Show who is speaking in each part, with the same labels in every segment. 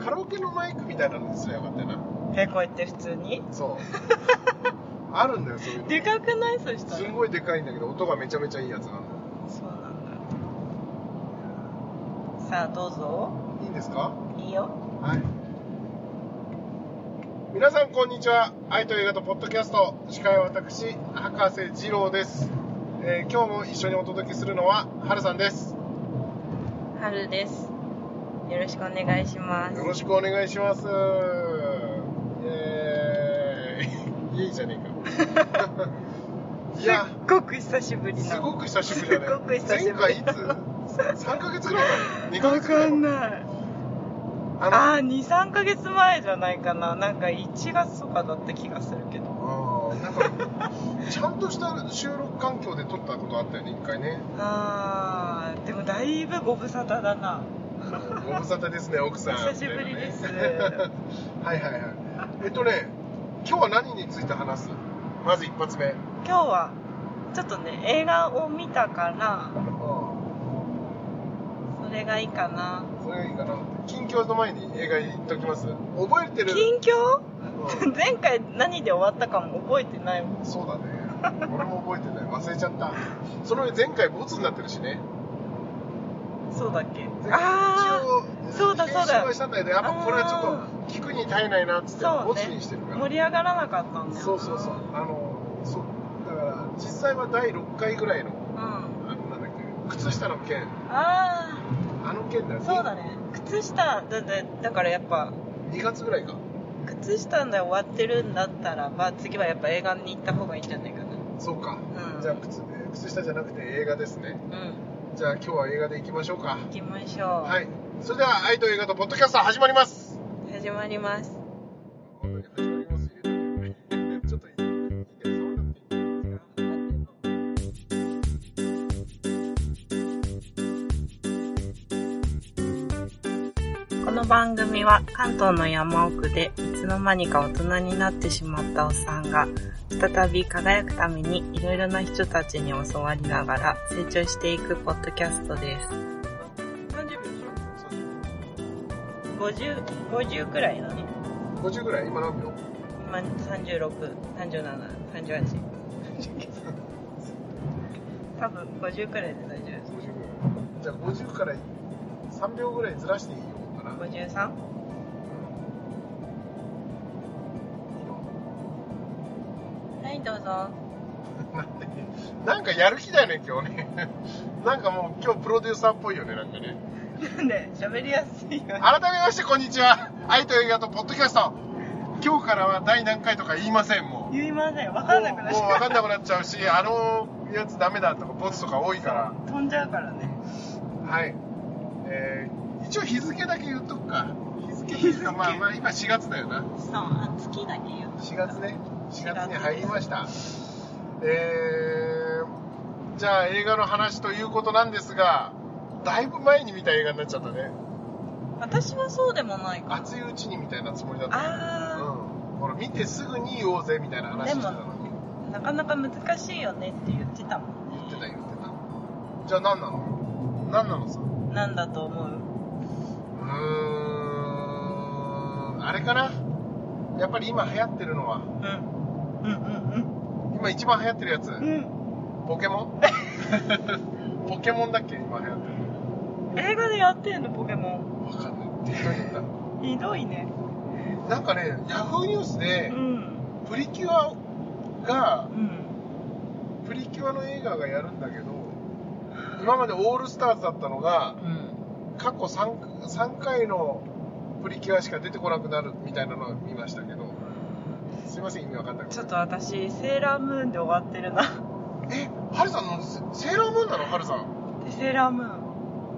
Speaker 1: カラオケのマイクみたいなのにすりゃよかったよな
Speaker 2: えこうやって普通に
Speaker 1: そう あるんだよそういうの
Speaker 2: でかくないそしたら
Speaker 1: すんごいでかいんだけど音がめちゃめちゃいいやつなの
Speaker 2: そうなんださあどうぞ
Speaker 1: いいんですか
Speaker 2: いいよ
Speaker 1: はい皆さんこんにちは愛と映画とポッドキャスト司会は私博士二郎です、えー今日も一緒にお届けするのははるさんです
Speaker 2: 春ですよろしくお願いします
Speaker 1: よろしくお願いしますえ ー、いいじゃねえかい
Speaker 2: すっ
Speaker 1: や
Speaker 2: ごく久しぶりな
Speaker 1: すごく久しぶりだね
Speaker 2: すっごく久しぶり
Speaker 1: 前回いつ3ヶ月ぐらい前2ヶ月ぐらい
Speaker 2: わかん
Speaker 1: 前
Speaker 2: ない
Speaker 1: あの
Speaker 2: ああ23ヶ月前じゃないかななんか1月とかだった気がするけど
Speaker 1: あーなんかちゃんとした収録環境で撮ったことあったよね一回ね
Speaker 2: あーでもだいぶご無沙汰だな
Speaker 1: ご無沙汰ですね奥さん
Speaker 2: お久しぶりです
Speaker 1: はいはいはいえっとね今日は何について話すまず一発目
Speaker 2: 今日はちょっとね映画を見たからそれがいいかな
Speaker 1: それがいいかな近況の前に映画言っておきます覚えてる
Speaker 2: 近況
Speaker 1: うん
Speaker 2: 前回何で終わったかも覚えてないもん
Speaker 1: そうだね俺も覚えてない忘れちゃったそれより前回ボツになってるしね
Speaker 2: そうだっけ
Speaker 1: 前回
Speaker 2: あ
Speaker 1: 一応
Speaker 2: あそうだそう
Speaker 1: 編集
Speaker 2: だ
Speaker 1: はしたんだけどやっぱこれはちょっと聞くに耐えないなっつって
Speaker 2: そ
Speaker 1: ボ
Speaker 2: う
Speaker 1: ツ
Speaker 2: ね
Speaker 1: にしてるから
Speaker 2: 盛り上がらなかったんだよな
Speaker 1: そうそうそうあのそうだから実際は第6回ぐらいの
Speaker 2: うん
Speaker 1: あ
Speaker 2: あ
Speaker 1: のなんだっけ靴下の件
Speaker 2: あー
Speaker 1: あの件だよね
Speaker 2: そうだね靴下だだだからやっぱ
Speaker 1: 2月ぐらいか
Speaker 2: 靴下で終わってるんだったらば次はやっぱ映画に行った方がいいんじゃないかな
Speaker 1: そうか、
Speaker 2: うん
Speaker 1: じゃあ靴えー靴下じゃなくて映画ですね
Speaker 2: うん
Speaker 1: じゃあ今日は映画でいきましょうか
Speaker 2: 行きましょう
Speaker 1: はいそれでは愛と映画とポッドキャスト始まります
Speaker 2: 始まります
Speaker 1: 本当に始まります入れてるちょっといいいいです触らなくていい
Speaker 2: この番組は関東の山奥でいつの間にか大人になってしまったおっさんが再び輝くためにいろいろな人たちに教わりながら成長していくポッドキャストです。何十秒でしょ ?50、50くらいだね。
Speaker 1: 50ぐらい今何秒
Speaker 2: 今36、37、38。多分50くらいで大
Speaker 1: 50ぐら
Speaker 2: 丈
Speaker 1: いじゃあ50から3秒ぐらいずらしていいよかな
Speaker 2: 夫です。53? はい、どうぞ。
Speaker 1: なんかやる気だよね今日ね なんかもう今日プロデューサーっぽいよねなんかね
Speaker 2: なんで喋りやすいよね。
Speaker 1: 改めましてこんにちは愛と映画とポッドキャスト今日からは第何回とか言いませんもう
Speaker 2: 言いません。わかんなくなっち
Speaker 1: もう分
Speaker 2: ゃ
Speaker 1: かんなくなっちゃうしあのやつダメだとかボツとか多いか
Speaker 2: う。飛んじゃうからね。
Speaker 1: らはいえー、一応日付だけ言っとくか日付っていうかまあまあ今4月だよな
Speaker 2: そう、あ、月だけ言うの
Speaker 1: 4月ね4月に入りましたえー、じゃあ映画の話ということなんですがだいぶ前に見た映画になっちゃったね
Speaker 2: 私はそうでもないか。
Speaker 1: 熱いうちにみたいなつもりだった
Speaker 2: あ
Speaker 1: うん、ほら見てすぐに言おうぜみたいな話してたのに
Speaker 2: ー、なかなか難しいよねって言ってたもんね。
Speaker 1: 言ってた言ってたじゃあ何なの何なのさう
Speaker 2: なんだと思う
Speaker 1: ーんあれかなやっぱり今流行ってるのは
Speaker 2: うん。うん
Speaker 1: 今一番流行ってるやつ、
Speaker 2: うんうん。
Speaker 1: ポケ モンポケモンだっけ今流行ってる
Speaker 2: うん。映画でやってんの、ポケモ
Speaker 1: わかんない適当に言った
Speaker 2: ン。ひどいね。
Speaker 1: なんかねヤフーニュース
Speaker 2: う
Speaker 1: で
Speaker 2: ん。
Speaker 1: プリキュアが
Speaker 2: うん。
Speaker 1: プリキュアの映画がやるんだけど今までオールスターズだったのが
Speaker 2: うん。
Speaker 1: 過去 3, 3回のプリキュアしか出てこなくなるみたいなのを見ましたけどすいません意味わかんなく
Speaker 2: ち
Speaker 1: て
Speaker 2: ょっと私、セーラームーンで終わってるな。
Speaker 1: えハルさんのセセーラームーンなのハルさん
Speaker 2: でセーラームーン。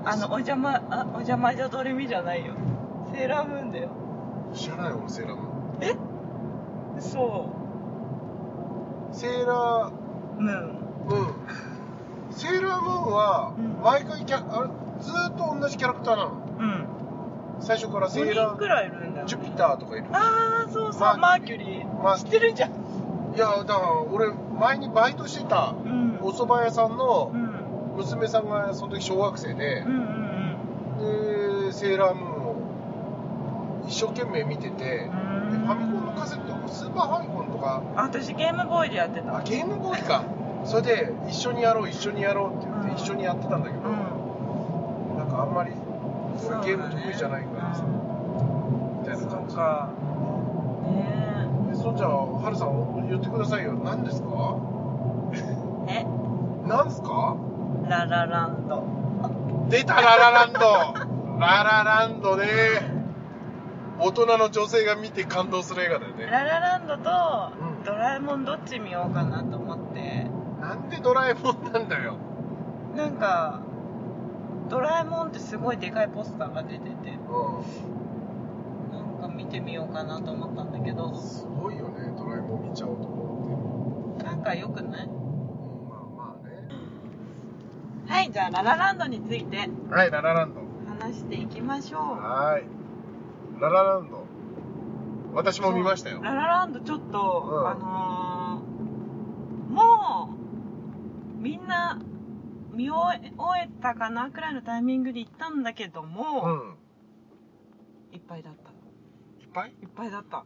Speaker 2: あの、お邪魔、あ、お邪魔女ドレミじゃないよ。セーラームーンだよ。
Speaker 1: 知らない俺セーラームー
Speaker 2: えそ
Speaker 1: ンセーラ
Speaker 2: うムーン
Speaker 1: ームーンセーラームーンは
Speaker 2: うん
Speaker 1: 毎回キャあれずーっと同じキャラクターなの
Speaker 2: うん
Speaker 1: 最初からセー
Speaker 2: 5
Speaker 1: ラ
Speaker 2: 人く
Speaker 1: ー
Speaker 2: らいいるんだよ、ね、
Speaker 1: ジュピターとかいる
Speaker 2: ああそうそう
Speaker 1: マ
Speaker 2: マ
Speaker 1: ー
Speaker 2: ー
Speaker 1: キ
Speaker 2: キ
Speaker 1: ュ
Speaker 2: ュリー
Speaker 1: まあ
Speaker 2: 知ってるじゃん
Speaker 1: いやだから俺前にバイトしてた
Speaker 2: うん
Speaker 1: お蕎麦屋さんの
Speaker 2: うん
Speaker 1: 娘さんがその時小学生で、
Speaker 2: うんうん
Speaker 1: でセーラームーンを一生懸命見てて
Speaker 2: う、
Speaker 1: でファミコン
Speaker 2: ん
Speaker 1: のカセットもスーパーファミコンとか
Speaker 2: あ私ゲームボーイでやってた
Speaker 1: あゲームボーイかそれで一緒にやろう一緒にやろうって言って
Speaker 2: うん
Speaker 1: 一緒にやってたんだけど、
Speaker 2: う
Speaker 1: なんかあんまり
Speaker 2: ん
Speaker 1: 俺ゲーム得意じゃないからさ、みたいな
Speaker 2: そ
Speaker 1: 感
Speaker 2: う
Speaker 1: じ
Speaker 2: かね
Speaker 1: でそんじゃあハルさん言ってくださいよ何ですか
Speaker 2: ええ
Speaker 1: 何すか
Speaker 2: ララランド
Speaker 1: 出たララランドララランドね大人の女性が見て感動する映画だよね
Speaker 2: ララランド
Speaker 1: うん
Speaker 2: とドラえもんどっち見ようかなと思って
Speaker 1: なんでドラえもんなんだよ
Speaker 2: なんかドラえもんってすごいでかいポスターが出てて
Speaker 1: う
Speaker 2: なんか見てみようかなと思ったんだけど
Speaker 1: んすごいよねドラえもん見ちゃおうと思
Speaker 2: なんかよくない
Speaker 1: ってうんまあまあね
Speaker 2: はいじゃあララランドについて
Speaker 1: はいララランド
Speaker 2: 話していきましょう
Speaker 1: はーい。ララランド。私も見ましたよ。
Speaker 2: ララランドちょっと、
Speaker 1: うん
Speaker 2: あのーもうみんな見終え終えたかなくらいのタイミングで行ったんだけど
Speaker 1: う
Speaker 2: も、
Speaker 1: ん。
Speaker 2: いっぱいだった
Speaker 1: いっぱい
Speaker 2: いっぱいだった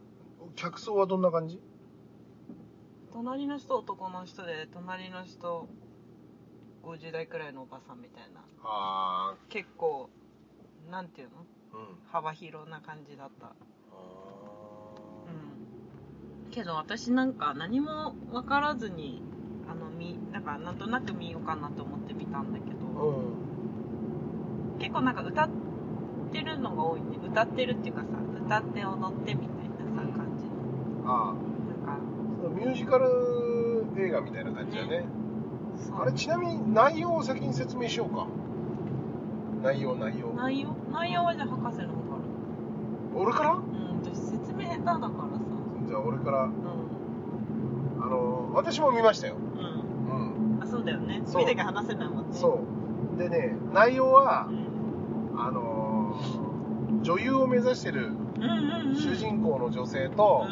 Speaker 1: 客層はどんな感じ
Speaker 2: 隣の人男の人で隣の人50代くらいのおばさんみたいな
Speaker 1: あ
Speaker 2: 結構なんていうの
Speaker 1: ー、うん。
Speaker 2: 幅広な感じだった
Speaker 1: あ
Speaker 2: うんけど私なんか何も分からずにあのみなんかなんとなく見ようかなと思って見たんだけ
Speaker 1: ー
Speaker 2: ど
Speaker 1: うん。
Speaker 2: 結構なんか歌ってるのが多いね歌ってるっていうかさ歌って踊ってみたいなさ感じの
Speaker 1: あ
Speaker 2: なんか
Speaker 1: ーミュージカル映画みたいな感じだね。
Speaker 2: そう
Speaker 1: あれ、ちなみに内容を先に説明しようか。内容、内容。
Speaker 2: 内容内容はじゃあ博士の方か
Speaker 1: 俺から
Speaker 2: らうん私説明下手だからさ
Speaker 1: じゃあ俺から。
Speaker 2: う
Speaker 1: あの、私も見ましたよ。
Speaker 2: ん
Speaker 1: う。
Speaker 2: うんんあそうだよね
Speaker 1: そう
Speaker 2: 見なきゃ話せないもんね
Speaker 1: そう。でね、内容は
Speaker 2: う、ん
Speaker 1: あのー女優を目指してる
Speaker 2: うんうんうん
Speaker 1: 主人公の女性と、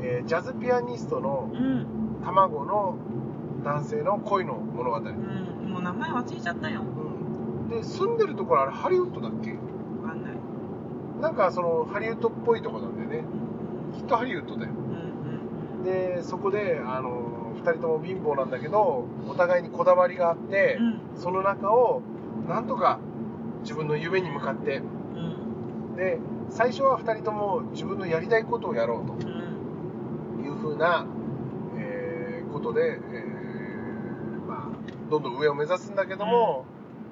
Speaker 1: えージャズピアニストの
Speaker 2: うんうん
Speaker 1: 卵の男性の恋の物語、
Speaker 2: うんもう名前忘れちゃったよ
Speaker 1: うん、で住んでるところあれハリウッドだっけ
Speaker 2: わかんない
Speaker 1: なんかそのハリウッドっぽいとこなんだよねきっとハリウッドだよでそこで、あの2人とも貧乏なんだけどお互いにこだわりがあって、その中をなんとか自分の夢に向かってで最初は2人とも自分のやりたいことをやろうというふうな、えーことで、えーまあ、どんどん上を目指すんだけども、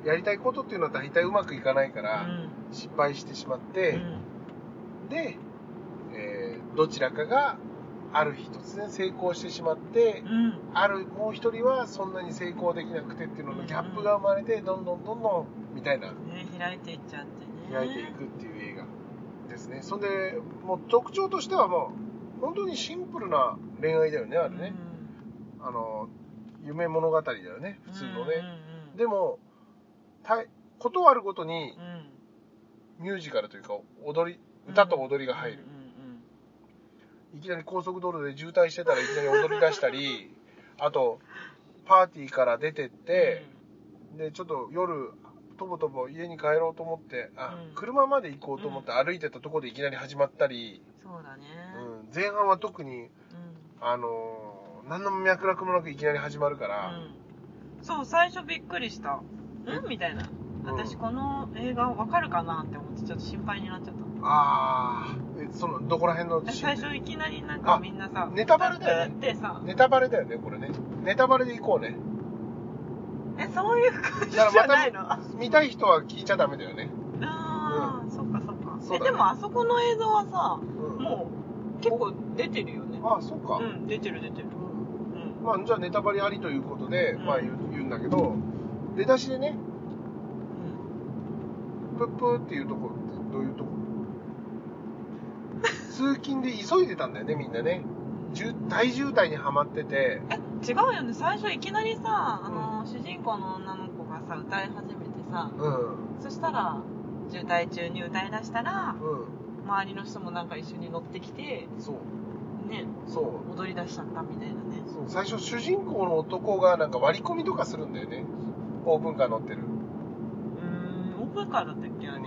Speaker 1: やりたいことっていうのは大体うまくいかないから、失敗してしまって、で、えーどちらかがある日突然成功してしまって、あるもう一人はそんなに成功できなくてっていうののギャップが生まれて、どんどんどんどんみたいな
Speaker 2: 開いていっちゃってね
Speaker 1: 開いていくっていう映画ですね。そんで、もう特徴としてはもう、本当にシンプルな恋愛だよね、あれね。あの夢物語だよね普通のね、でもたことあるごとにミュージカルというか踊り歌と踊りが入る、いきなり高速道路で渋滞してたらいきなり踊り出したりあとパーティーから出てって、でちょっと夜とぼとぼ家に帰ろうと思ってあ、
Speaker 2: うん
Speaker 1: 車まで行こうと思って歩いてたとこでいきなり始まったり、
Speaker 2: そうだね
Speaker 1: うん前半は特にあのー何の脈絡もなくいきなり始まるから、
Speaker 2: そう最初びっくりしたうんみたいな私この映画わかるかなって思ってちょっと心配になっちゃった
Speaker 1: ああそのどこら辺のシーン
Speaker 2: 最初いきなりなんかみんなさってさ
Speaker 1: ネタバレだよね、これね。ネタバレでいこうね。
Speaker 2: えそういう感じじゃないの
Speaker 1: 見たい人は聞いちゃダメだよね。
Speaker 2: ああ、そっかそっか
Speaker 1: そうだね
Speaker 2: えでもあそこの映像はさ
Speaker 1: うん。
Speaker 2: もう結構出てるよね
Speaker 1: ああ、そっか。
Speaker 2: うん出てる出てるうん
Speaker 1: まあ、じゃあネタバレありということで、
Speaker 2: うん
Speaker 1: まあ言う言うんだけど、出だしでね、プップーっていうところってどういうとこ ろ通勤で急いでたんだよね、みんなね。渋大渋滞にはまってて、
Speaker 2: え違うよね最初いきなりさあの主人公の女の子がさ歌い始めてさ
Speaker 1: うん。
Speaker 2: そしたら渋滞中に歌いだしたら
Speaker 1: う
Speaker 2: 周りの人もなんか一緒に乗ってきて
Speaker 1: ん。そう。
Speaker 2: ね
Speaker 1: そう。
Speaker 2: 踊り出しちゃったみたいなね
Speaker 1: そう最初主人公の男がなんか割り込みとかするんだよねオープンカー乗ってる
Speaker 2: うーんオープンカーだったっけあれ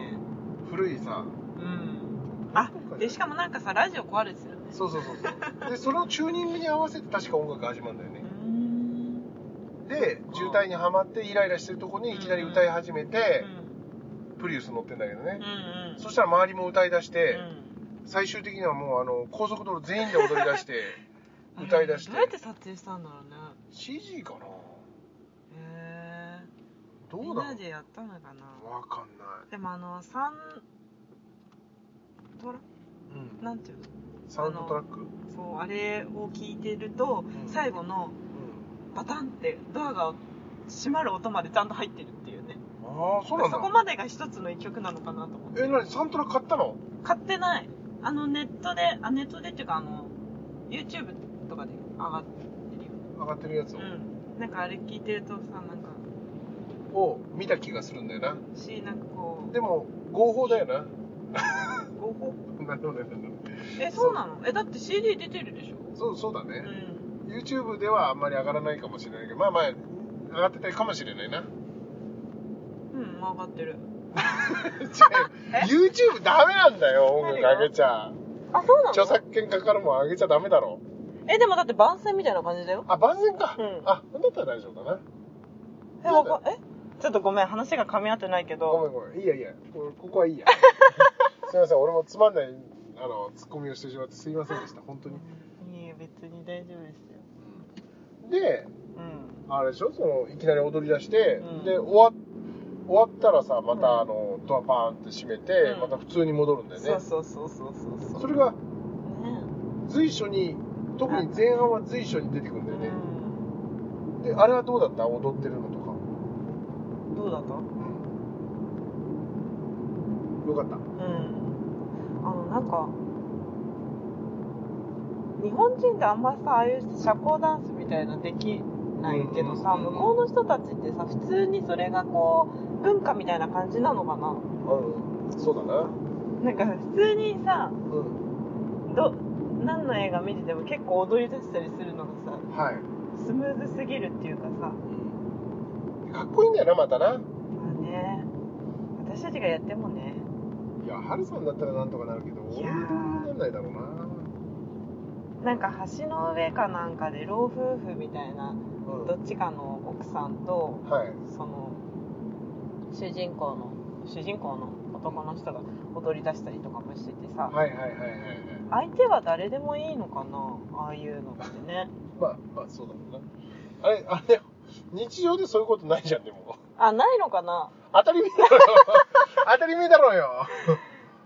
Speaker 1: 古いさ
Speaker 2: うんあ
Speaker 1: 何分かじゃない
Speaker 2: でしかもなんかさラジオ壊れてたよね
Speaker 1: そうそうそうそうでそれをチューニングに合わせて確か音楽始まるんだよ
Speaker 2: う
Speaker 1: ね
Speaker 2: ーん
Speaker 1: で渋滞にはまってイライラしてるとこにいきなり歌い始め
Speaker 2: う
Speaker 1: て、
Speaker 2: ん
Speaker 1: プリウス乗ってんだけどね
Speaker 2: う、んうん
Speaker 1: そしたら周りも歌い出して、
Speaker 2: うん
Speaker 1: 最終的にはもうあの高速道路全員で踊り出して歌い出して
Speaker 2: あれどうやって撮影したんだろうね
Speaker 1: CG かな
Speaker 2: へえ
Speaker 1: ど
Speaker 2: み
Speaker 1: うんだ
Speaker 2: な
Speaker 1: ろ
Speaker 2: でやったのかな
Speaker 1: うわかんな
Speaker 2: でもあのサントラ
Speaker 1: い、うん、
Speaker 2: なんていうの
Speaker 1: サウンドトラック、
Speaker 2: そうあれを聞いてると
Speaker 1: うん
Speaker 2: 最後のバタンってドアが閉まる音までちゃんと入ってるっていうね
Speaker 1: ああそうなんだ
Speaker 2: そこまでが一つの一曲なのかなと思って
Speaker 1: えなにサントラ買ったの
Speaker 2: 買ってないあのネットであネットでっていうかあの YouTube とかで上がってるよ
Speaker 1: 上がってるやつを、
Speaker 2: うんなんかあれ聞いてるとさなんか
Speaker 1: を見た気がするんだよな
Speaker 2: しなんかこ
Speaker 1: でも合法だよな
Speaker 2: う合法
Speaker 1: なるほどなるほど
Speaker 2: えそうなのえだって CD 出てるでしょ
Speaker 1: そうそうだ
Speaker 2: う
Speaker 1: ね、
Speaker 2: ん
Speaker 1: YouTube ではあんまり上がらないかもしれないけどまあまあ上がってたりかもしれないな違う
Speaker 2: うん上がってる
Speaker 1: YouTube ダメなんだよ音楽上げちゃ
Speaker 2: あそうな
Speaker 1: 著作権かかるもん上げちゃダメだろ
Speaker 2: えでもだって番宣みたいな感じだよ
Speaker 1: あ万全か、
Speaker 2: うん
Speaker 1: あなんだったら大丈夫かな
Speaker 2: えわかえちょっとごめん話が噛み合ってないけ
Speaker 1: ごめ
Speaker 2: ど
Speaker 1: んごめんいいやいいやこここはい いやすいません俺もつまんないあのツッコミをしてしまってすいませんでした本当に、
Speaker 2: いいよ別に大丈夫ですよ
Speaker 1: で
Speaker 2: うん
Speaker 1: あれでしょそのいきなり踊り出して、
Speaker 2: うん
Speaker 1: で終わ終わったらさま
Speaker 2: う
Speaker 1: た
Speaker 2: ん
Speaker 1: あの、ドアパーンって閉めて、
Speaker 2: うん
Speaker 1: また普通に戻るんだよね
Speaker 2: そうそうそうそうそうそう
Speaker 1: それが
Speaker 2: ね
Speaker 1: 随所に特に前半は随所に出てくるんだよね、であれはどうだった踊ってるのとか、
Speaker 2: うんどうだった
Speaker 1: よかった
Speaker 2: うんあのなんか日本人ってあんまさああいう社交ダンスみたいなできないけどさ
Speaker 1: うん
Speaker 2: 向こうの人たちってさ普通にそれがこう文化みたいな感じなのかな
Speaker 1: うんそうだな
Speaker 2: なんか普通にさ
Speaker 1: うん
Speaker 2: ど何の映画見てても結構踊り出したりするのがさ
Speaker 1: はい、
Speaker 2: スムーズすぎるっていうかさ
Speaker 1: かっこいいんだよなまたな
Speaker 2: まあね私たちがやってもね
Speaker 1: いやハルさんだったらなんとかなるけど
Speaker 2: い
Speaker 1: 俺
Speaker 2: や
Speaker 1: は
Speaker 2: ー
Speaker 1: なんないだろうな
Speaker 2: なんか橋の上かなんかで老夫婦みたいな
Speaker 1: うん
Speaker 2: どっちかの奥さんと
Speaker 1: はい
Speaker 2: その主人公の主人公の男の人が踊り出したりとかもしててさ
Speaker 1: はいはいはいはいはい
Speaker 2: 相手は誰でもいいのかなああいうのってね
Speaker 1: まあまあそうだろうなあれあれ日常でそういうことないじゃんでも
Speaker 2: あないのかな
Speaker 1: 当たり前だろよ当たり前だろうよ、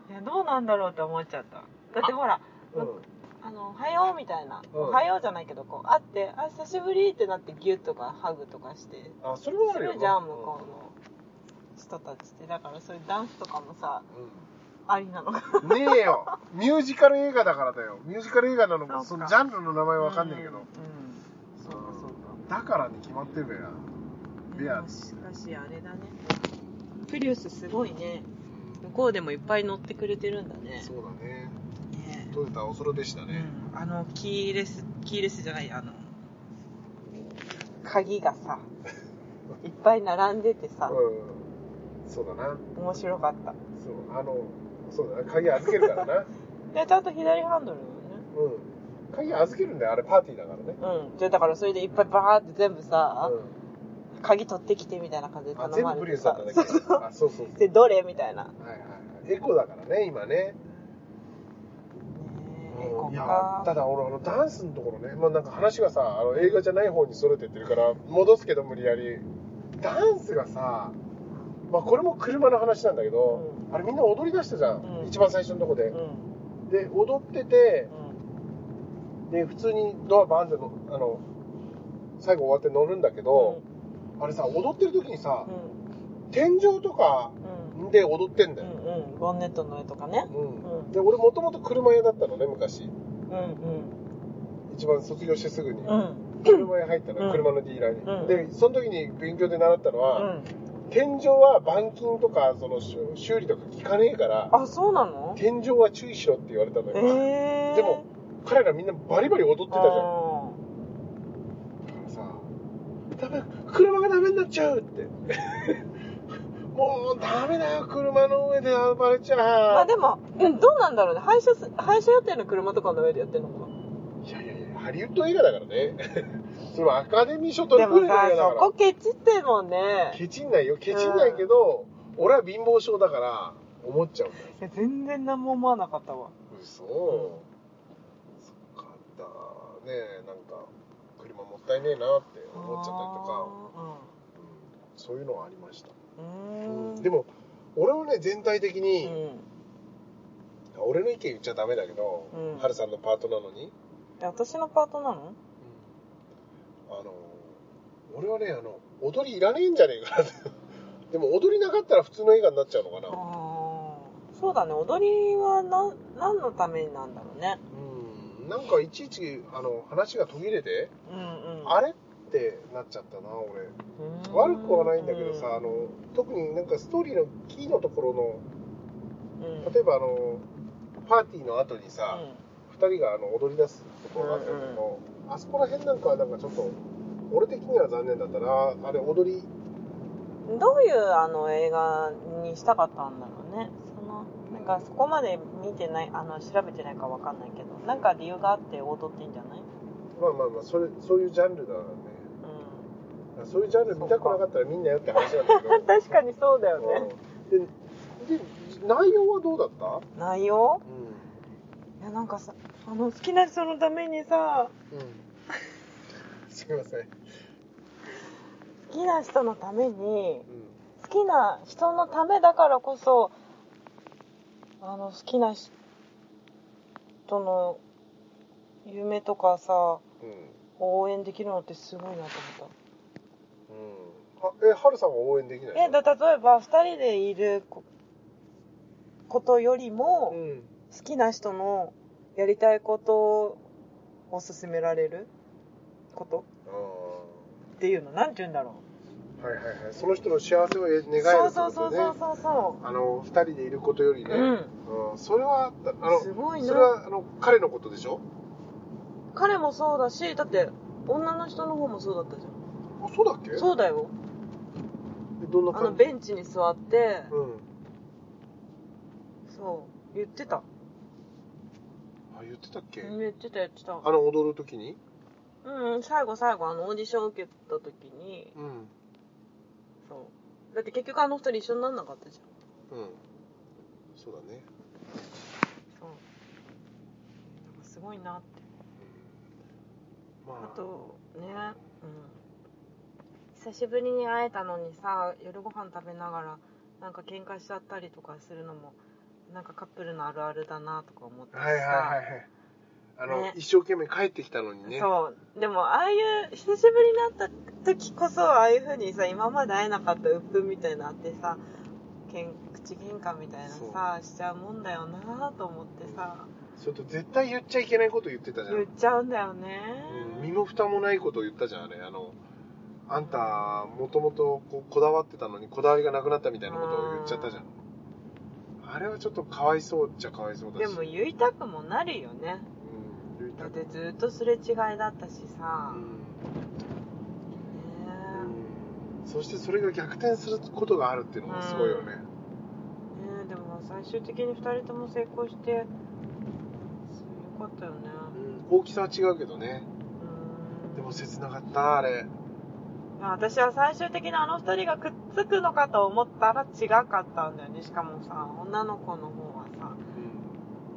Speaker 2: いやどうなんだろうって思っちゃっただってほら
Speaker 1: うん、
Speaker 2: 「あのおはよう」みたいな「
Speaker 1: うん
Speaker 2: おはよう」じゃないけどこう会って「あ久しぶり」ってなってギュッとかハグとかして
Speaker 1: あそれはあ
Speaker 2: す
Speaker 1: るよ
Speaker 2: るじゃん向こうの人たちってだからそういうダンスとかもさありなのかな
Speaker 1: うんねえよミュージカル映画だからだよミュージカル映画なのか
Speaker 2: そ
Speaker 1: そう
Speaker 2: か
Speaker 1: のジャンルの名前わかんないけど、
Speaker 2: うん、うんそうかそうか
Speaker 1: だからに決まってるべや
Speaker 2: い
Speaker 1: ベア
Speaker 2: やしかしあれだねプリウスすごいね向こうでもいっぱい乗ってくれてるんだね
Speaker 1: そうだね
Speaker 2: ね
Speaker 1: トヨタ恐るべしだね、
Speaker 2: うんあのキーレスキーレスじゃないあの鍵が さいっぱい並んでてさ
Speaker 1: うんそうだな
Speaker 2: 面白かった
Speaker 1: そうあのそうだな鍵預ける からな
Speaker 2: でちゃんと左ハンドルよ
Speaker 1: うん鍵預けるんだよあれパーティーだからね
Speaker 2: ねうんじゃあだからそれでいっぱいバーって全部さ、
Speaker 1: う
Speaker 2: 鍵取ってきてみたいな感じで
Speaker 1: ん、あ
Speaker 2: 頼
Speaker 1: 全
Speaker 2: ま
Speaker 1: 部プリウ
Speaker 2: れて
Speaker 1: スだっ
Speaker 2: さ
Speaker 1: たんだ
Speaker 2: そ
Speaker 1: け
Speaker 2: うそ
Speaker 1: どあそうそ
Speaker 2: う
Speaker 1: うそう
Speaker 2: でどれみたいな、ね
Speaker 1: はいはいはいエコだからね今ね
Speaker 2: えエコ
Speaker 1: いやた
Speaker 2: か
Speaker 1: だ俺あのダンスのところね、まあ、なんか話がさあの映画じゃない方にそれてってるから戻すけど無理やりダンスがさまあこれも車の話なんだけど、あれみんな踊り出したじゃん、
Speaker 2: うん
Speaker 1: 一番最初のとこ
Speaker 2: う
Speaker 1: で
Speaker 2: ん、うん
Speaker 1: で踊ってて
Speaker 2: うん
Speaker 1: で普通にドアバーンってのあの最後終わって乗るんだけど、あれさ踊ってる時にさ
Speaker 2: う、ん
Speaker 1: 天井とか
Speaker 2: うん
Speaker 1: で踊ってんだよ、
Speaker 2: うんうんボンネットの上とかね
Speaker 1: うん
Speaker 2: うん
Speaker 1: で俺もともと車屋だったのね昔
Speaker 2: うんうん
Speaker 1: 一番卒業してすぐに、
Speaker 2: うん
Speaker 1: 車屋入った
Speaker 2: う
Speaker 1: の
Speaker 2: ん
Speaker 1: 車のディーラーに、
Speaker 2: うん
Speaker 1: でその時に勉強で習ったの
Speaker 2: う
Speaker 1: は、
Speaker 2: ん
Speaker 1: 天井は板金とかその修修理とか効かねえから
Speaker 2: あそうなの
Speaker 1: 天井は注意しろって言われたの
Speaker 2: え
Speaker 1: よ、
Speaker 2: え
Speaker 1: でも彼らみんなバリバリ踊ってたじゃん
Speaker 2: ゃ
Speaker 1: だからさダメ車がダメになっちゃうって もうダメだよ、車の上で暴れちゃう。
Speaker 2: まあでも、うんどうなんだろうね。廃車す、廃車予定の車とかの上でやってんのかない
Speaker 1: やいやいや、ハリウッド映画だからね。 それはアカデミー賞取り
Speaker 2: で
Speaker 1: くる
Speaker 2: も
Speaker 1: 映画
Speaker 2: さ、
Speaker 1: だか
Speaker 2: そ
Speaker 1: ら
Speaker 2: こ。ケチってんもんね。
Speaker 1: ケチんないよ、ケチんないけど、俺は貧乏症だから、思っちゃうんだよ。
Speaker 2: いや、全然何も思わなかったわ。
Speaker 1: 嘘、そっかだねえなんか車もったいねえなって思っちゃったりとか、うんそういうのはありました、
Speaker 2: あー。うん。うーん
Speaker 1: で、も俺はね全体的
Speaker 2: う
Speaker 1: に、
Speaker 2: ん。
Speaker 1: 俺の意見言っちゃダメだけど、
Speaker 2: うん
Speaker 1: ハルさんのパートなのに、
Speaker 2: え私のパートなの
Speaker 1: あの俺はねあの踊りいらねえんじゃねえかなって でも踊りなかったら普通の映画になっちゃうのかな、
Speaker 2: ああ。そうだね、踊りはな、何のためになんだろうね。
Speaker 1: うんなんかいちいちあの話が途切れて、
Speaker 2: うんうん。
Speaker 1: あれってなっちゃったな俺
Speaker 2: うん
Speaker 1: 悪くはないんだけどさ、あの特になんかストーリーのキーのところ
Speaker 2: うん
Speaker 1: の例えばあのパーティーの後にさ、二2人があの踊り出すところがあったんだけど、あそこら辺なんかはなんかちょっと俺的には残念だったなあれ踊り
Speaker 2: うんどういうあの映画にしたかったんだろうねそのなんかそこまで見てないあの調べてないからわかんないけどなんか理由があって踊ってんじゃない、
Speaker 1: まあまあまあそれそういうジャンルだからね
Speaker 2: う
Speaker 1: そういうジャンル見たくなかったら見んなよって話なんだけど
Speaker 2: ん、確かにそうだよ ね
Speaker 1: うんでで内容はどうだった、
Speaker 2: 内容
Speaker 1: う
Speaker 2: いやなんかさあの好きな人のためにさ
Speaker 1: んうん、すいません、
Speaker 2: 好きな人のために
Speaker 1: うん
Speaker 2: 好きな人のためだからこそあの好きな人の夢とかさ
Speaker 1: うん
Speaker 2: 応援できるのってすごいなと思った
Speaker 1: うん、あえハルさんは応援できないの
Speaker 2: えだ例えば2人でいるこことより
Speaker 1: う
Speaker 2: も
Speaker 1: ん
Speaker 2: 好きな人のやりたいことを勧められること
Speaker 1: あー
Speaker 2: っていうのなんて言うんだろ
Speaker 1: はいはいはいその人の幸せを願えるってこと
Speaker 2: う
Speaker 1: ね
Speaker 2: そうそうそうそうそうそ
Speaker 1: あの二人でいることよりね、
Speaker 2: ううん
Speaker 1: うんそれはあったあの
Speaker 2: すごい
Speaker 1: それ
Speaker 2: な
Speaker 1: はあの彼のことでしょ
Speaker 2: 彼もそうだしだって女の人の方もそうだったじゃ
Speaker 1: あそうだっけ
Speaker 2: んそうだよ
Speaker 1: えどんな
Speaker 2: あの
Speaker 1: 感じ
Speaker 2: ベンチに座って
Speaker 1: うん
Speaker 2: そう言ってた
Speaker 1: あ言ってたっけ、
Speaker 2: うん言ってた言ってた
Speaker 1: あの踊るときに
Speaker 2: うん最後最後あのオーディション受けた時に
Speaker 1: うんうん
Speaker 2: そうだって結局あの二人一緒になんなかったじゃん
Speaker 1: そうだね、
Speaker 2: そうなんかすごいなって
Speaker 1: うんま
Speaker 2: あとねうん久しぶりに会えたのにさ夜ご飯食べながらなんか喧嘩しちゃったりとかするのもなんかカップルのあるあるだなとか思ってさ、
Speaker 1: はいはいはいはいあの、
Speaker 2: ね
Speaker 1: 一生懸命帰ってきたのにね
Speaker 2: そうでもああいう久しぶりに会った時こそああいう風にさ今まで会えなかった鬱憤みたいなのあってさけん口喧嘩みたいなさしちゃうもんだよなと思ってさ
Speaker 1: それと絶対言っちゃいけないこと言ってたじゃん
Speaker 2: 言っちゃうんだよね、
Speaker 1: うん身も蓋もないことを言ったじゃんあれあのあんたもともとこうこだわってたのにこだわりがなくなったみたいなことを言っちゃったじゃんあれはちょっとかわいそうっちゃかわいそうだし
Speaker 2: でも言いたくもなるよね
Speaker 1: うん言いた
Speaker 2: だっ
Speaker 1: く
Speaker 2: てずっとすれ違いだったしさ、
Speaker 1: うん
Speaker 2: ね
Speaker 1: うんそしてそれが逆転することがあるっていうのもすごいよね
Speaker 2: えねえでも最終的に2人とも成功してよかったよね
Speaker 1: うん大きさは違うけどね
Speaker 2: うん
Speaker 1: でも切なかったあれ
Speaker 2: まあ私は最終的にあの2人がくっつくのかと思ったら違かったんだよねしかもさ女の子の方はさ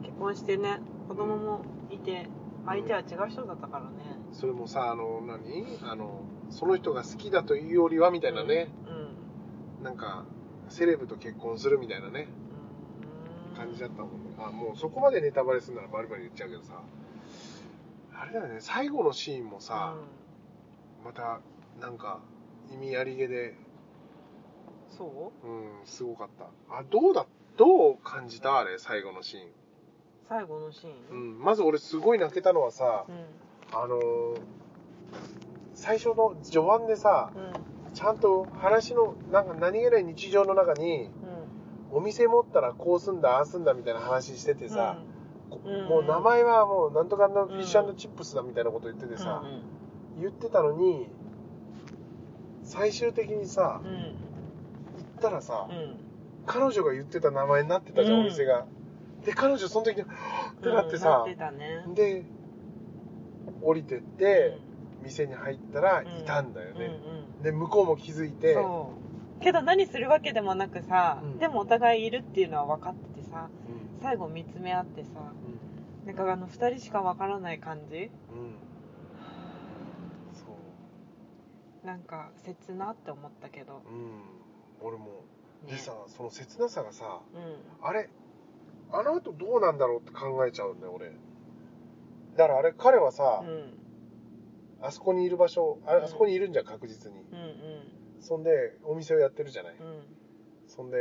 Speaker 2: 結婚してね子供もいて相手は違う人だったからね
Speaker 1: それもさあの何あのその人が好きだというよりはみたいなね
Speaker 2: うん
Speaker 1: なんかセレブと結婚するみたいなね
Speaker 2: うん
Speaker 1: 感じだったもんねあもうそこまでネタバレするならバリバリ言っちゃうけどさあれだよね最後のシーンもさ、またなんか意味ありげで
Speaker 2: うん、そう
Speaker 1: うんすごかったあどうだどう感じたあれ最後のシー
Speaker 2: 最後のシー
Speaker 1: ン、う
Speaker 2: ン、
Speaker 1: ん、まず俺すごい泣けたのはさ
Speaker 2: うん
Speaker 1: あのー最初の序盤でさ
Speaker 2: うん
Speaker 1: ちゃんと話のなんか何気ない日常の中にお店持ったらこうすんだああすんだみたいな話して
Speaker 2: う
Speaker 1: て
Speaker 2: ん、
Speaker 1: さ、こ
Speaker 2: うん
Speaker 1: もう名前はもうなんとかのフィッシュチップスだみたいなこと言っててさ、
Speaker 2: う
Speaker 1: 言ってたのに最終的にさ
Speaker 2: んうんうん
Speaker 1: ったらさ、
Speaker 2: うん
Speaker 1: 彼女が言ってた名前になってたじゃん、
Speaker 2: うん
Speaker 1: お店がで彼女その時に「はぁってなって
Speaker 2: うん
Speaker 1: さ
Speaker 2: なって、たね
Speaker 1: で降りてって、店に入ったらいたんだよ
Speaker 2: うんうん
Speaker 1: ね、で向こうも気づいて
Speaker 2: そうけど何するわけでもなくさ、
Speaker 1: うん
Speaker 2: でもお互いいるっていうのは分かっててさ
Speaker 1: うん
Speaker 2: 最後見つめ合ってさなんかあの2人しか分からない感じ
Speaker 1: うんうんそう
Speaker 2: なんか切なって思ったけど、
Speaker 1: うん俺も
Speaker 2: ね
Speaker 1: でさその切なさがさ
Speaker 2: うん
Speaker 1: あれあの後どうなんだろうって考えちゃうんだよ俺だからあれ彼はさ、
Speaker 2: うん
Speaker 1: あそこにいる場所あ
Speaker 2: うん
Speaker 1: あそこにいるんじゃん確実に
Speaker 2: うん
Speaker 1: そんでお店をやってるじゃない
Speaker 2: うんうん
Speaker 1: そんで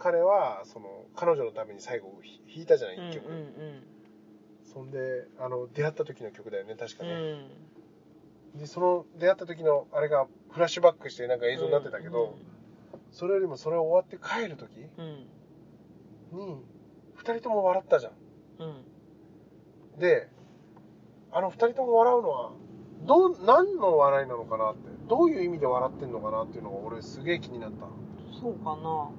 Speaker 1: 彼はその彼女のために最後ひ弾いたじゃない1曲、
Speaker 2: うん
Speaker 1: そんであの出会った時の曲だよね確か
Speaker 2: うんうん
Speaker 1: ね、でその出会った時のあれがフラッシュバックしてなんか映像になってたけど、それよりもそれを終わって帰る時
Speaker 2: うんうん
Speaker 1: に2人とも笑ったじゃん
Speaker 2: うん
Speaker 1: であの2人とも笑うのはどう何の笑いなのかなってどういう意味で笑ってんのかなっていうのが俺すげえ気になった
Speaker 2: そうかな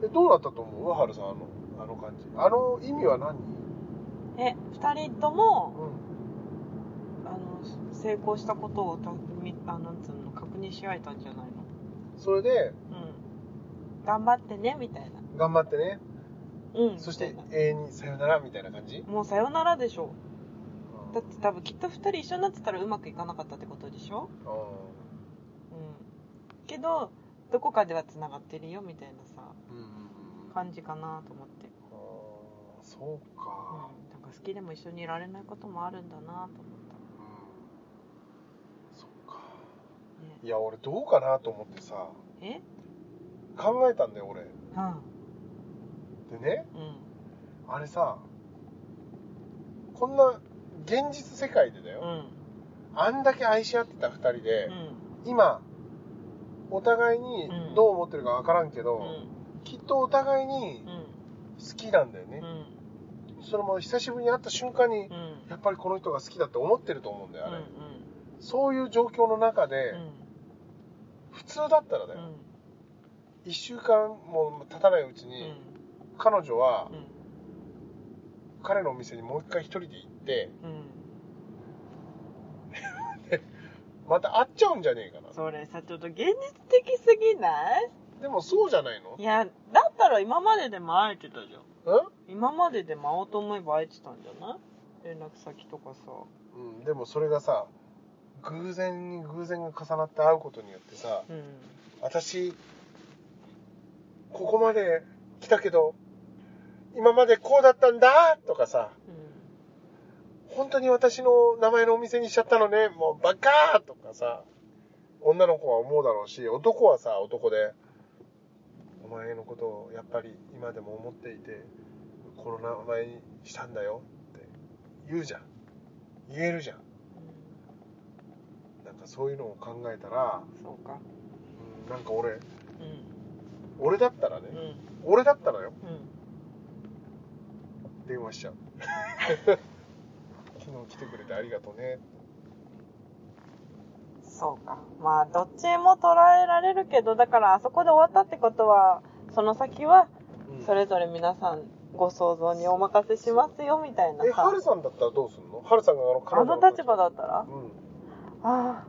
Speaker 1: うんえどうなったと思う上原さんあのあの感じあの意味は何、
Speaker 2: え二人とも
Speaker 1: う
Speaker 2: あの成功したことをたみあなんつうの確認し合えたんじゃないの
Speaker 1: ん、それで
Speaker 2: うん頑張ってねみたいな
Speaker 1: 頑張ってね
Speaker 2: うん
Speaker 1: そして
Speaker 2: みたいな
Speaker 1: 永遠にさよならみたいな感じ
Speaker 2: もうさよならでしょだっ
Speaker 1: うん
Speaker 2: て多分きっと二人一緒になってたらうまくいかなかったってことでしょうんけどどこかではつながってるよみたいなさ
Speaker 1: うんうんうんあ
Speaker 2: 感じかなと思って、
Speaker 1: ーそう
Speaker 2: う
Speaker 1: か、
Speaker 2: ん、なんか好きでも一緒にいられないこともあるんだなと思った
Speaker 1: うん、そっか
Speaker 2: ね
Speaker 1: いや俺どうかなと思ってさ
Speaker 2: え
Speaker 1: 考えたんだよ俺
Speaker 2: う
Speaker 1: でね
Speaker 2: んうん
Speaker 1: あれさこんな現実世界でだ
Speaker 2: う
Speaker 1: よ、
Speaker 2: ん
Speaker 1: あんだけ愛し合ってた2人で、
Speaker 2: うん
Speaker 1: 今お互いにどう思ってるか分からんけど、
Speaker 2: うん
Speaker 1: きっとお互いに
Speaker 2: うん
Speaker 1: 好きなんだよね
Speaker 2: う、ん
Speaker 1: それも久しぶりに会った瞬間に、
Speaker 2: うん
Speaker 1: やっぱりこの人が好きだって思ってると思うんだよあ
Speaker 2: う
Speaker 1: れ、
Speaker 2: ん
Speaker 1: そういう状況の中で、普通だったらだ
Speaker 2: うんう
Speaker 1: よ、
Speaker 2: ん
Speaker 1: 1週間も経たないうち
Speaker 2: う
Speaker 1: に、
Speaker 2: ん
Speaker 1: 彼女は
Speaker 2: うん
Speaker 1: 彼のお店にもう一回一人で行って
Speaker 2: うん
Speaker 1: また会っちゃうんじゃねえかな
Speaker 2: それさちょっと現実的すぎない
Speaker 1: でもそうじゃないの
Speaker 2: いやだったら今まででも会えてたじゃん
Speaker 1: う
Speaker 2: 今まででも会おうと思えば会えてたんじゃない連絡先とかさ
Speaker 1: ん、うん、でもそれがさ偶然に偶然が重なって会うことによってさ
Speaker 2: うん
Speaker 1: 私ここまで来たけど今までこうだったんだとかさ
Speaker 2: う
Speaker 1: 本当に私の名前のお店にしちゃったのねもうバカーとかさ女の子は思うだろうし男はさ男でお前のことをやっぱり今でも思っていてこの名前にしたんだよって言うじゃん言えるじゃん
Speaker 2: ん
Speaker 1: なんかそういうのを考えたら、
Speaker 2: そうか
Speaker 1: うん、なんか俺
Speaker 2: うん
Speaker 1: 俺だったらね、
Speaker 2: うん
Speaker 1: 俺だったらよ
Speaker 2: うん
Speaker 1: 電話しちゃ う昨日来てくれてありがとうね
Speaker 2: そうか。まあ、どっちも捉えられるけど、だからあそこで終わったってことは、その先は、それぞれ皆さんご想像にお任せしますよ、みたいな
Speaker 1: え
Speaker 2: さ
Speaker 1: ハ。ルさんだったらどうすんのハルさんがあの彼
Speaker 2: あ
Speaker 1: 女
Speaker 2: の立場だったら、
Speaker 1: う
Speaker 2: ああ、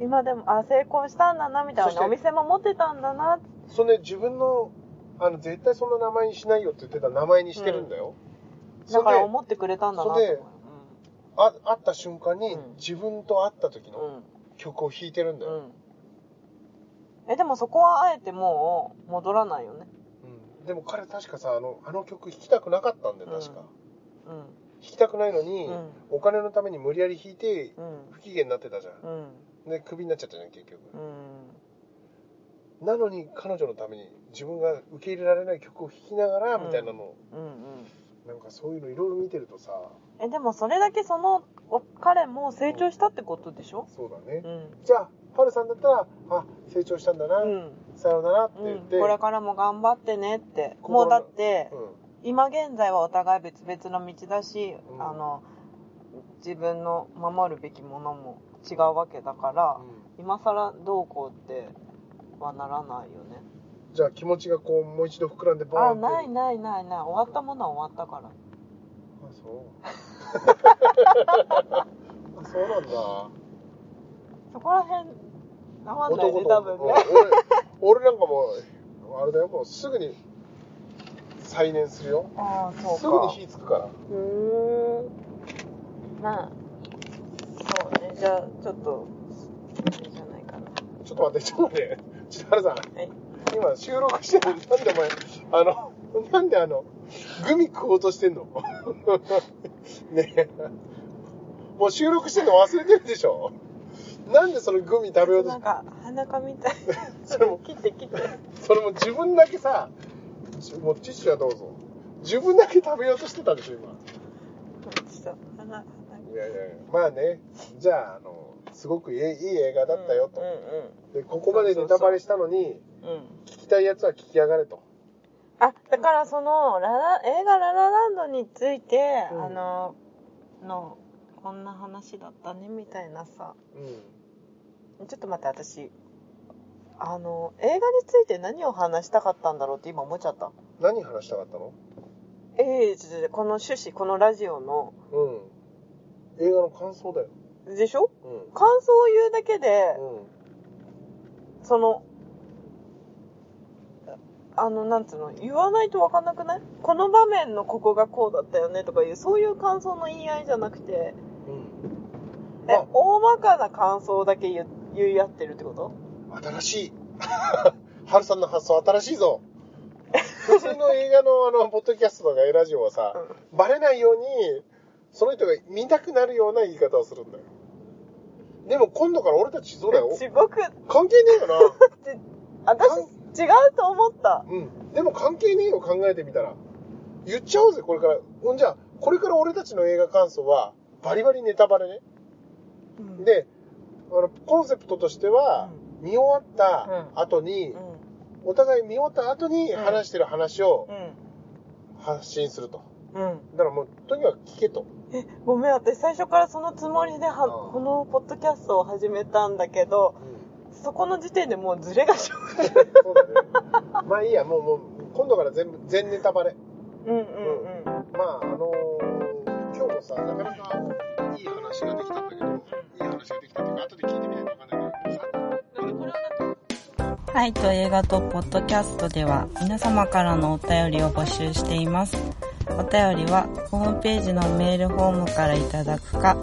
Speaker 2: 今でも、あ成功したんだな、みた
Speaker 1: そ
Speaker 2: い
Speaker 1: して
Speaker 2: な。お店も持ってたんだな。
Speaker 1: んそんで自分のあの絶対そんな名前にしないよって言ってた名前にしてるんだよ、それで
Speaker 2: だから思ってくれたんだなと
Speaker 1: それ
Speaker 2: 思
Speaker 1: であ会った瞬間に
Speaker 2: うん
Speaker 1: 自分と会った時
Speaker 2: う。う
Speaker 1: の
Speaker 2: ん。
Speaker 1: 曲を弾いてるんだ
Speaker 2: う
Speaker 1: よ、
Speaker 2: ん。うん。え、でもそこはあえてもう戻らないよね。
Speaker 1: うんでも彼確かさあのあの曲弾きたくなかったんだよ確か、
Speaker 2: う
Speaker 1: 弾きたくないのに、
Speaker 2: ん。うん。
Speaker 1: お金のために無理やり弾いて
Speaker 2: うん。
Speaker 1: 不機嫌になってたじゃん、
Speaker 2: うん。
Speaker 1: でクビになっちゃったじゃん結局、
Speaker 2: うん。
Speaker 1: なのに彼女のために自分が受け入れられない曲を弾きながらみたいなのを、
Speaker 2: うん。うん。
Speaker 1: なんかそういうのいろいろ見てるとさ
Speaker 2: えでもそれだけそのお彼も成長したってことでしょ
Speaker 1: そうだね、
Speaker 2: うん
Speaker 1: じゃあハルさんだったらあ成長したんだな、
Speaker 2: うん、
Speaker 1: さようならって
Speaker 2: う
Speaker 1: 言
Speaker 2: ん、
Speaker 1: っ
Speaker 2: こ
Speaker 1: て、
Speaker 2: れからも頑張ってねって
Speaker 1: 心の
Speaker 2: もうだって
Speaker 1: うん
Speaker 2: 今現在はお互い別々の道だし、
Speaker 1: うん
Speaker 2: あの自分の守るべきものも違うわけだから、今更どうこうってはならないよね
Speaker 1: じゃあ気持ちがこうもう一度膨らんでボーン
Speaker 2: あ
Speaker 1: って
Speaker 2: ないないないない終わったものは終わったから
Speaker 1: あ そうあそうなんだ
Speaker 2: そこら辺なまんない
Speaker 1: 男
Speaker 2: ね
Speaker 1: と
Speaker 2: 多分ね
Speaker 1: 俺俺なんかもうあれだよもうすぐに再燃するよ
Speaker 2: ああそうか
Speaker 1: すぐに火つくから
Speaker 2: うーんまあそうねじゃあちょっとあれじゃないかな
Speaker 1: ちょっと待ってちょっと待って ちょっと原さん
Speaker 2: はい
Speaker 1: 今収録してるのになんでお前あの なんであのグミ食おうとしてんの ねえもう収録してんの忘れてるでしょなんでそのグミ食べようと
Speaker 2: なんか鼻かみたい
Speaker 1: それも
Speaker 2: 切って切って
Speaker 1: それも自分だけさちもうティッシュはどうぞ自分だけ食べようとしてたでしょ今
Speaker 2: ちょっと鼻鼻
Speaker 1: いやいやいやまあねじゃああのすごくいいいい映画だったよと、
Speaker 2: う
Speaker 1: でここまでネタバレしたのに
Speaker 2: んうんうん、うん
Speaker 1: 聞きたいやつは聞きやがれと
Speaker 2: あだからそのララ映画「ララランド」について、
Speaker 1: うん
Speaker 2: あののこんな話だったねみたいなさ
Speaker 1: う
Speaker 2: ちょっと待って私あの映画について何を話したかったんだろうって今思っちゃった
Speaker 1: ん何話したかったの
Speaker 2: ええちょっと待ってこの趣旨このラジオの
Speaker 1: うん映画の感想だよ
Speaker 2: でしょ
Speaker 1: う
Speaker 2: 感想を言うだけで、
Speaker 1: ん、うん、
Speaker 2: そのあのなんつうの言わないと分かんなくないこの場面のここがこうだったよねとかいうそういう感想の言い合いじゃなくて
Speaker 1: うん、
Speaker 2: え、大まかな感想だけ言う言い合ってるってこと
Speaker 1: まあ新しい ハルさんの発想新しいぞ普通の映画のあのポッドキャストとかラジオはさ、バレないようにその人が見たくなるような言い方をするんだよでも今度から俺たちそうだ よ
Speaker 2: 地獄って、
Speaker 1: 関係ねえよ
Speaker 2: 私違うと思っ
Speaker 1: な
Speaker 2: た。
Speaker 1: うんでも関係ねえよ考えてみたら言っちゃおうぜこれからほんじゃあこれから俺たちの映画感想はバリバリネタバレね
Speaker 2: うん、
Speaker 1: であのコンセプトとしては、見終わった後
Speaker 2: う
Speaker 1: に、
Speaker 2: ん、
Speaker 1: お互い見終わった後に
Speaker 2: うん
Speaker 1: 話してる話を
Speaker 2: う
Speaker 1: 発信すると
Speaker 2: ん、うん。
Speaker 1: だからもうとにかく聞けと
Speaker 2: え、ごめん、私最初からそのつもりでは、
Speaker 1: うん
Speaker 2: このポッドキャストを始めたんだけど、そこの時点でもうズレがしょ
Speaker 1: そうだねまあいいやもうもう今度から全部全ネタバレ
Speaker 2: うんうんうん。
Speaker 1: まああのー今日もさなかなかいい話ができたんだけどいい話ができたっていうか後で聞いてみないとわかんないけどさ
Speaker 2: はいと映画とポッドキャストでは皆様からのお便りを募集していますお便りはホームページのメールフォームからいただくか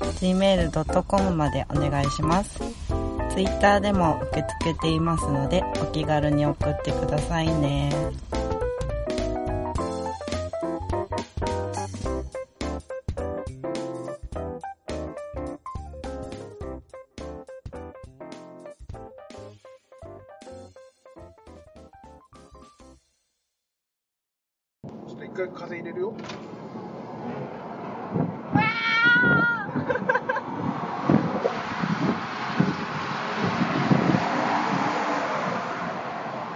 Speaker 2: aitoeiga.gmail.com までお願いしますツイッターでも受け付けていますのでお気軽に送ってくださいね
Speaker 1: ちょっと一回風入れるよ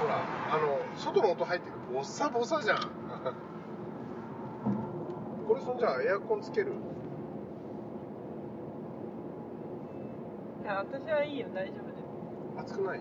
Speaker 1: ほらあの外の音入ってるボッサボサじゃんこれそんじゃあエアコンつける
Speaker 2: 私はいいよ大丈夫です
Speaker 1: 暑くない